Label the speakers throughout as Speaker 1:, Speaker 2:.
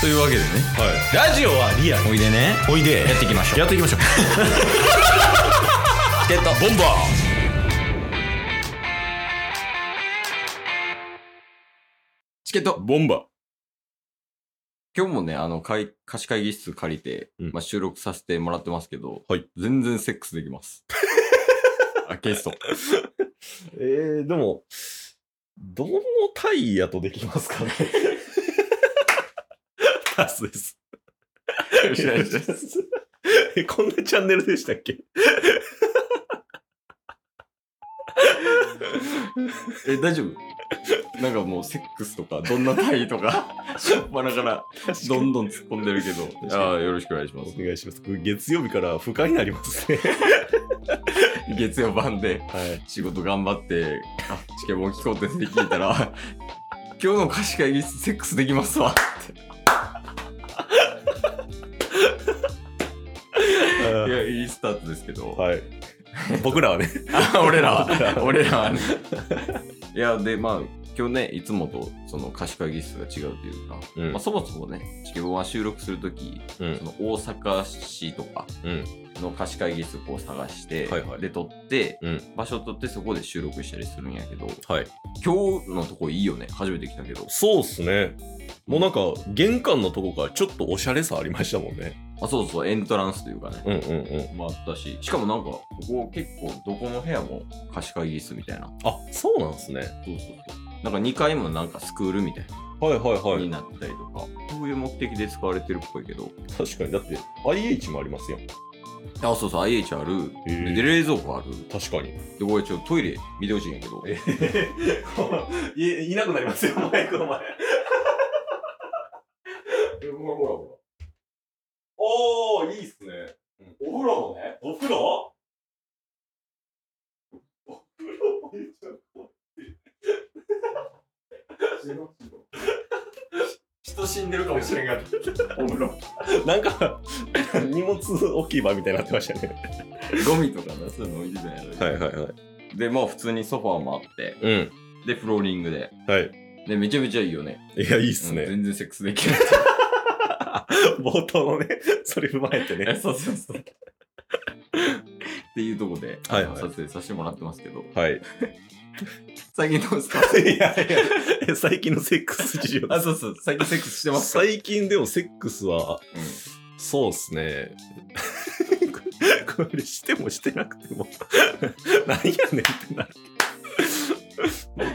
Speaker 1: というわけでね
Speaker 2: ラジオはリアル
Speaker 1: おいでね
Speaker 2: おいで
Speaker 1: やっていきましょう
Speaker 2: やっていきましょう
Speaker 1: チケットボンバーチケット
Speaker 2: ボンバ
Speaker 1: 今日もねあの会貸し会議室借りて、
Speaker 2: うん
Speaker 1: まあ、収録させてもらってますけど、
Speaker 2: はい
Speaker 1: 全然セックスできます あゲスト
Speaker 2: ーえー、でもどのタイヤとできますかねタスです
Speaker 1: 失礼しま
Speaker 2: えこんなチャンネルでしたっけ
Speaker 1: え大丈夫なんかもうセックスとかどんな単位とかしょっぱなからどんどん突っ込んでるけど
Speaker 2: 確かに
Speaker 1: あーよろしくお願いします
Speaker 2: お願いしますこれ月曜日から不快になりますね
Speaker 1: 月曜版で
Speaker 2: はい
Speaker 1: 仕事頑張って、あ、チケボン聞こうって聞いた ら、今日の貸し会議室セックスできますわって。いや、いいスタートですけど。
Speaker 2: はい僕らはね
Speaker 1: あ、 俺ら
Speaker 2: 僕ら
Speaker 1: は、
Speaker 2: は
Speaker 1: 俺らはね。いや、で、まあ、今日ね、いつもとその貸し会議室が違うというか、
Speaker 2: うん
Speaker 1: まあ、そもそもね、チケボンは収録するとき、
Speaker 2: うん
Speaker 1: その大阪市とか
Speaker 2: うん
Speaker 1: の貸し会議室をこう探して、
Speaker 2: はいはい
Speaker 1: で、撮って、
Speaker 2: うん
Speaker 1: 場所取ってそこで収録したりするんやけど、
Speaker 2: はい
Speaker 1: 今日のとこいいよね初めて来たけど
Speaker 2: そうっすねもうなんか玄関のとこからちょっとおしゃれさありましたもんね
Speaker 1: あそうそうエントランスというかね、
Speaker 2: うんうんうん
Speaker 1: もあったししかもなんかここ結構どこの部屋も貸し会議室みたいな
Speaker 2: あそうなんすね
Speaker 1: そうそうそうなんか2階もなんかスクールみたい
Speaker 2: はいはい
Speaker 1: な
Speaker 2: は
Speaker 1: に
Speaker 2: い
Speaker 1: なってたりとか、そういう目的で使われてるっぽいけど
Speaker 2: 確かにだって IH もありますよ
Speaker 1: あそうそう IH ある
Speaker 2: へー
Speaker 1: で冷蔵庫ある
Speaker 2: 確かに
Speaker 1: でこれちょっとトイレ見てほしいんやけど
Speaker 2: え いいなくなりますよマイク の前おーいいっすねお風呂もねお風呂お風呂めっちゃ
Speaker 1: 人死んでるかもしれんが
Speaker 2: お風呂なんか荷物置き場みたいになってましたね
Speaker 1: ゴミとかなそういうの置いてたんやろ、
Speaker 2: はいはいはい
Speaker 1: でまあ普通にソファーもあって
Speaker 2: うん
Speaker 1: でフローリングで
Speaker 2: はい
Speaker 1: でめちゃめちゃいいよね
Speaker 2: いやいいっすね、
Speaker 1: うん全然セックスできる。
Speaker 2: 冒頭のね、それ踏まえてね。
Speaker 1: そうそうそう。っていうとこで、
Speaker 2: はい
Speaker 1: あの撮影させてもらってますけど、
Speaker 2: はい。
Speaker 1: 最近どうです か
Speaker 2: いやいや、最近のセックス事情
Speaker 1: あ、そうそう、最近セックスしてますか、
Speaker 2: 最近でもセックスは、そうっすね。 これしてもしてなくても、なんやねんってなる。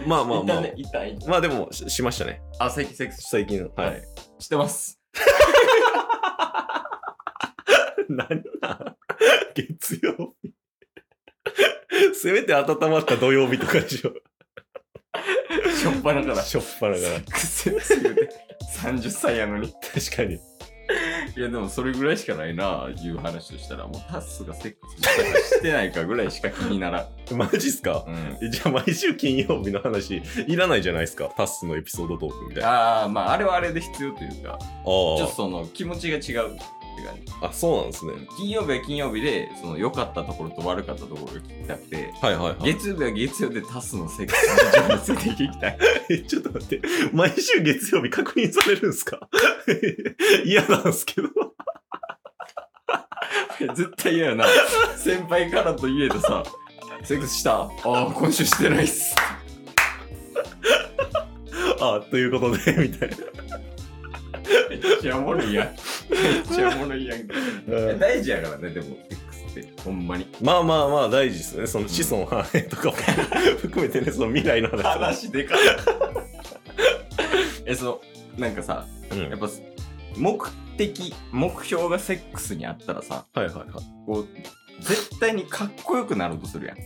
Speaker 2: まあまあまあ。
Speaker 1: 一旦ね、一旦
Speaker 2: まあでもし、しましたね。
Speaker 1: あ、最近セックスし
Speaker 2: 最近の。
Speaker 1: て、
Speaker 2: はい。
Speaker 1: してます。
Speaker 2: 何なん月曜日。せめて温まった土曜日とかでしょ。
Speaker 1: しょっぱなから。
Speaker 2: しょっぱながら。
Speaker 1: セックス言うて30歳やのに。
Speaker 2: 確かに。
Speaker 1: いや、でもそれぐらいしかないな、いう話としたら、もうタッスがセックスしたかしてないかぐらいしか気にならん。
Speaker 2: マジっすか
Speaker 1: うん。
Speaker 2: えじゃあ毎週金曜日の話いらないじゃないですかタッスのエピソードトークみたいなあ
Speaker 1: ああ、まあ、あれはあれで必要というか、
Speaker 2: あ
Speaker 1: ちょっと
Speaker 2: ー
Speaker 1: その気持ちが違うって感じ。
Speaker 2: あそうなんですね
Speaker 1: 金曜日は金曜日でその良かったところと悪かったところが聞きたくて
Speaker 2: はいはいはい
Speaker 1: 月曜日は月曜でタスのセックス事情について聞きたい
Speaker 2: えちょっと待って毎週月曜日確認されるんですか 嫌なんですけど
Speaker 1: 絶対嫌よな先輩からと言えてさ「セックスしたああ今週してないっす
Speaker 2: あということでみたい」
Speaker 1: めっちゃおもろいやんめっちゃおもろいやん
Speaker 2: な、
Speaker 1: 大事やからねでもセックスってほんまに
Speaker 2: まあまあまあ大事ですねその子孫繁栄とかも 含めてねその未来の話とか、
Speaker 1: 話でかいえそのなんかさ
Speaker 2: うん
Speaker 1: や
Speaker 2: は
Speaker 1: っぱ目的目標がセックスにあったらさ
Speaker 2: いはいはい
Speaker 1: こう絶対にかっこよくなろうとするやん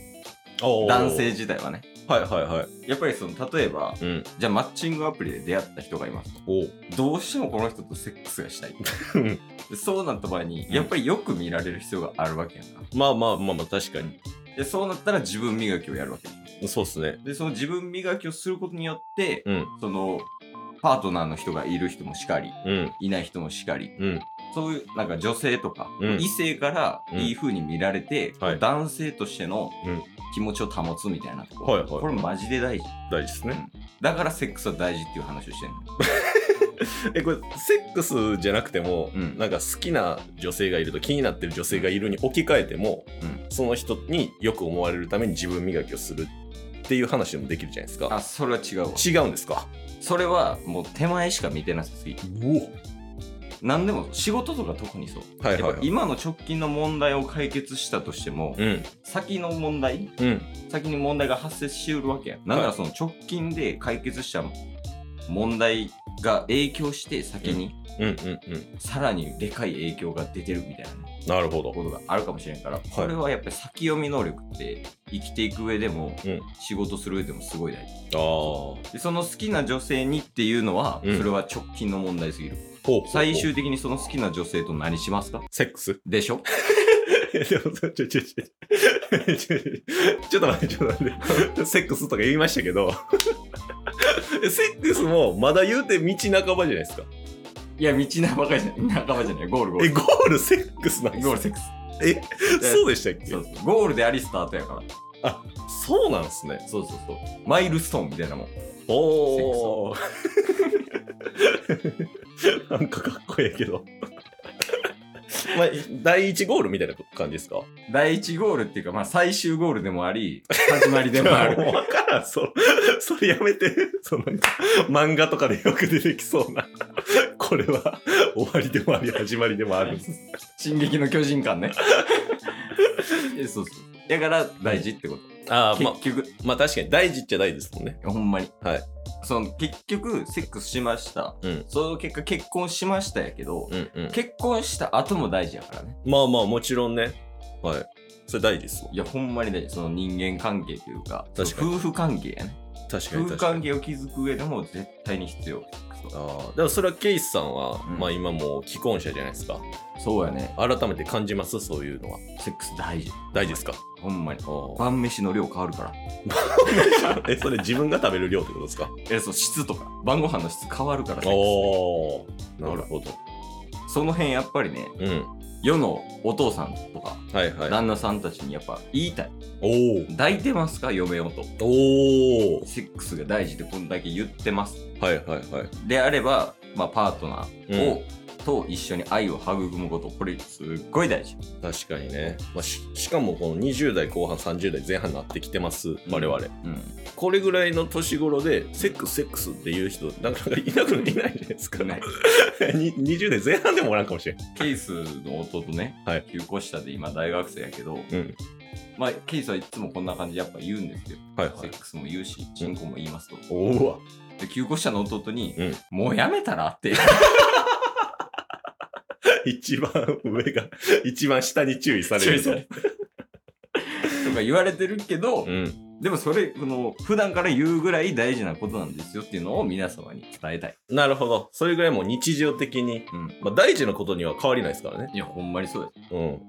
Speaker 2: おー
Speaker 1: 男性自体はね
Speaker 2: はいはいはい
Speaker 1: やっぱりその例えば
Speaker 2: うん
Speaker 1: じゃあマッチングアプリで出会った人がいます
Speaker 2: おう
Speaker 1: どうしてもこの人とセックスが したい
Speaker 2: うん
Speaker 1: でそうなった場合に
Speaker 2: うん
Speaker 1: やっぱりよく見られる必要があるわけやんか
Speaker 2: まあまあまあまあ確かに
Speaker 1: でそうなったら自分磨きをやるわけ
Speaker 2: そうっすね
Speaker 1: でその自分磨きをすることによって
Speaker 2: うん
Speaker 1: そのパートナーの人がいる人もしかり
Speaker 2: うん
Speaker 1: いない人もしかり
Speaker 2: うん
Speaker 1: そういうなんか女性とか、
Speaker 2: うん
Speaker 1: 異性から
Speaker 2: うん
Speaker 1: いい風に見られて、
Speaker 2: はい
Speaker 1: 男性としての
Speaker 2: うん
Speaker 1: 気持ちを保つみたいなとこ、
Speaker 2: はいはい
Speaker 1: これマジで大事
Speaker 2: 大事ですね
Speaker 1: だからセックスは大事っていう話をしてんの
Speaker 2: えこれセックスじゃなくても、
Speaker 1: うん
Speaker 2: なんか好きな女性がいると気になってる女性がいるに置き換えても、
Speaker 1: うん
Speaker 2: その人によく思われるために自分磨きをするっていう話でもできるじゃないですか
Speaker 1: あそれは違うわ
Speaker 2: 違うんですか
Speaker 1: それはもう手前しか見てなさすぎ
Speaker 2: お
Speaker 1: 何でも仕事とか特にそうや
Speaker 2: はいは
Speaker 1: っ
Speaker 2: い、
Speaker 1: ぱ
Speaker 2: はい、
Speaker 1: 今の直近の問題を解決したとしても、
Speaker 2: うん
Speaker 1: 先の問題
Speaker 2: うん
Speaker 1: 先に問題が発生しうるわけやんなんならその直近で解決した問題が影響して先に
Speaker 2: うんうんうん
Speaker 1: さらにでかい影響が出てるみたいな
Speaker 2: なるほど
Speaker 1: ことがあるかもしれんから、これはやっぱり先読み能力って生きていく上でも、
Speaker 2: うん
Speaker 1: 仕事する上でもすごい大事
Speaker 2: ああほ
Speaker 1: でその好きな女性にっていうのは、
Speaker 2: うん
Speaker 1: それは直近の問題すぎる
Speaker 2: うほうほう
Speaker 1: 最終的にその好きな女性と何しますか
Speaker 2: セックス
Speaker 1: でしょ
Speaker 2: でもちょちょちょちょちょちょっと待ってちょっと待ってセックスとか言いましたけど えセックスもまだ言うて道半ばじゃないですか
Speaker 1: いや道半ばじゃない半ばじゃないゴールゴー
Speaker 2: え
Speaker 1: ル
Speaker 2: ゴールセックスなんです
Speaker 1: ゴー
Speaker 2: か
Speaker 1: ルセックス
Speaker 2: えそうでしたっけ
Speaker 1: そうそうゴールでありスタートやから
Speaker 2: あそうなんですね
Speaker 1: そうそうそうマイルストーンみたいなもん
Speaker 2: お おなんかかっこいいけど まあ第一ゴールみたいな感じですか
Speaker 1: 第1ゴールっていうか、まあ、最終ゴールでもあり始まりでもあ
Speaker 2: もう
Speaker 1: る
Speaker 2: 分からんそれそれやめてそのなんか漫画とかでよく出てきそうなこれは終わりでもあり始まりでもある
Speaker 1: 「進撃の巨人感ね」いやそうそうだから大事ってこと、
Speaker 2: あ
Speaker 1: 結局
Speaker 2: まあ確かに大事っちゃ大事ですもんね
Speaker 1: ほんまに
Speaker 2: はい
Speaker 1: その結局セックスしました、
Speaker 2: うん
Speaker 1: その結果結婚しましたやけど、
Speaker 2: うんうん
Speaker 1: 結婚した後も大事やからね
Speaker 2: まあまあもちろんねはいそれ大事ですもん
Speaker 1: いやほんまに大事その人間関係というか
Speaker 2: 確かに
Speaker 1: 夫婦関係やね
Speaker 2: 確か
Speaker 1: 夫
Speaker 2: に
Speaker 1: 婦
Speaker 2: 確か
Speaker 1: 関
Speaker 2: に
Speaker 1: 係を築く上でも絶対に必要
Speaker 2: ああ、でもそれはケイスさんは、
Speaker 1: うん
Speaker 2: まあ今もう既婚者じゃないですか。
Speaker 1: そうやね
Speaker 2: 改めて感じますそういうのは。
Speaker 1: セックス大事
Speaker 2: 大事ですか
Speaker 1: ほんまに
Speaker 2: あー
Speaker 1: 晩飯の量変わるから
Speaker 2: え、それ自分が食べる量ってことですか
Speaker 1: えそう質とか晩ご飯の質変わるからセック
Speaker 2: おおなるほど。
Speaker 1: スその辺やっぱりね
Speaker 2: うん。
Speaker 1: 世のお父さんとか
Speaker 2: はいはい。
Speaker 1: 旦那さんたちにやっぱ言いたい
Speaker 2: お
Speaker 1: 抱いてますか嫁をと
Speaker 2: おおお
Speaker 1: セックスが大事でこんだけ言ってます
Speaker 2: はいはいはい。
Speaker 1: であれば、まあ、パートナー
Speaker 2: う
Speaker 1: を、と一緒に愛を育むことこれすっごい大事
Speaker 2: 確かにね。まあ、ししかもこの20代後半30代前半になってきてます我々。
Speaker 1: うん
Speaker 2: これぐらいの年頃でセックスセックスっていう人なかなかいなくいないじゃないで すか。
Speaker 1: ない
Speaker 2: に20代前半でもおらんかもしれん。
Speaker 1: ケイスの弟ね、
Speaker 2: はい
Speaker 1: 9個下で今大学生やけど、
Speaker 2: うん。
Speaker 1: まあ、ケイスはいつもこんな感じでやっぱ言うんですよ。
Speaker 2: はいは
Speaker 1: セ
Speaker 2: い
Speaker 1: ッ。クスも言うし、チンコも言いますと。
Speaker 2: おおわ。
Speaker 1: で、9個下の弟に、
Speaker 2: うん。
Speaker 1: もうやめたらって。
Speaker 2: 一番上が一番下に注意される
Speaker 1: 注意さ れとか言われてるけど、
Speaker 2: うん、
Speaker 1: でもそれ、この、普段から言うぐらい大事なことなんですよっていうのを皆様に伝えたい。
Speaker 2: なるほどそれぐらいもう日常的に、
Speaker 1: うん
Speaker 2: まあ、大事なことには変わりないですからね
Speaker 1: いや、ほんまにそうで
Speaker 2: うん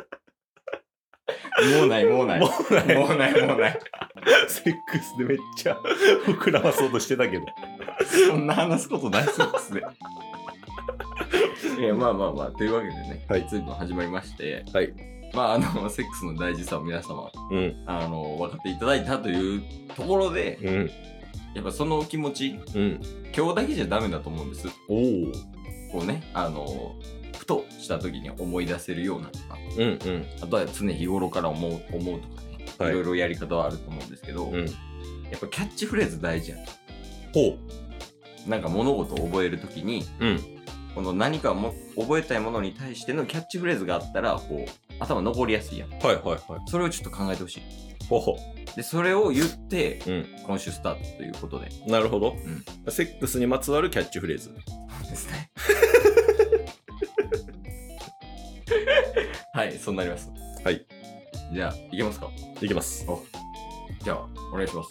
Speaker 1: す。もうない、もうない。
Speaker 2: も
Speaker 1: も
Speaker 2: うないう
Speaker 1: ない、もうない。
Speaker 2: セックスでめっちゃ膨らまそうとしてたけど
Speaker 1: そんな話すことないそうです ね。いやまあまあまあというわけでね、
Speaker 2: はい
Speaker 1: 随分始まりまして、
Speaker 2: はい
Speaker 1: まああのセックスの大事さを皆様
Speaker 2: うん
Speaker 1: あの分かっていただいたというところで
Speaker 2: うん
Speaker 1: やっぱそのお気持ち
Speaker 2: うん
Speaker 1: 今日だけじゃダメだと思うんです
Speaker 2: おお
Speaker 1: こうねあのふとした時に思い出せるようなとか
Speaker 2: うんうん
Speaker 1: あとは常日頃から思う思うとかね、
Speaker 2: はい
Speaker 1: いろいろやり方はあると思うんですけど、
Speaker 2: うん
Speaker 1: やっぱキャッチフレーズ大事やん
Speaker 2: ほ
Speaker 1: なんか物事を覚える時に
Speaker 2: ううん
Speaker 1: この何かも覚えたいものに対してのキャッチフレーズがあったらこう頭残りやすいやん
Speaker 2: はいはいはい
Speaker 1: それをちょっと考えてほしい
Speaker 2: ほほ
Speaker 1: でそれを言って
Speaker 2: うん
Speaker 1: 今週スタートということで
Speaker 2: なるほど、
Speaker 1: う
Speaker 2: セックスにまつわるキャッチフレーズ
Speaker 1: ですね はいそうなります
Speaker 2: はい
Speaker 1: じゃあいけますか
Speaker 2: いきます
Speaker 1: じゃあお願いします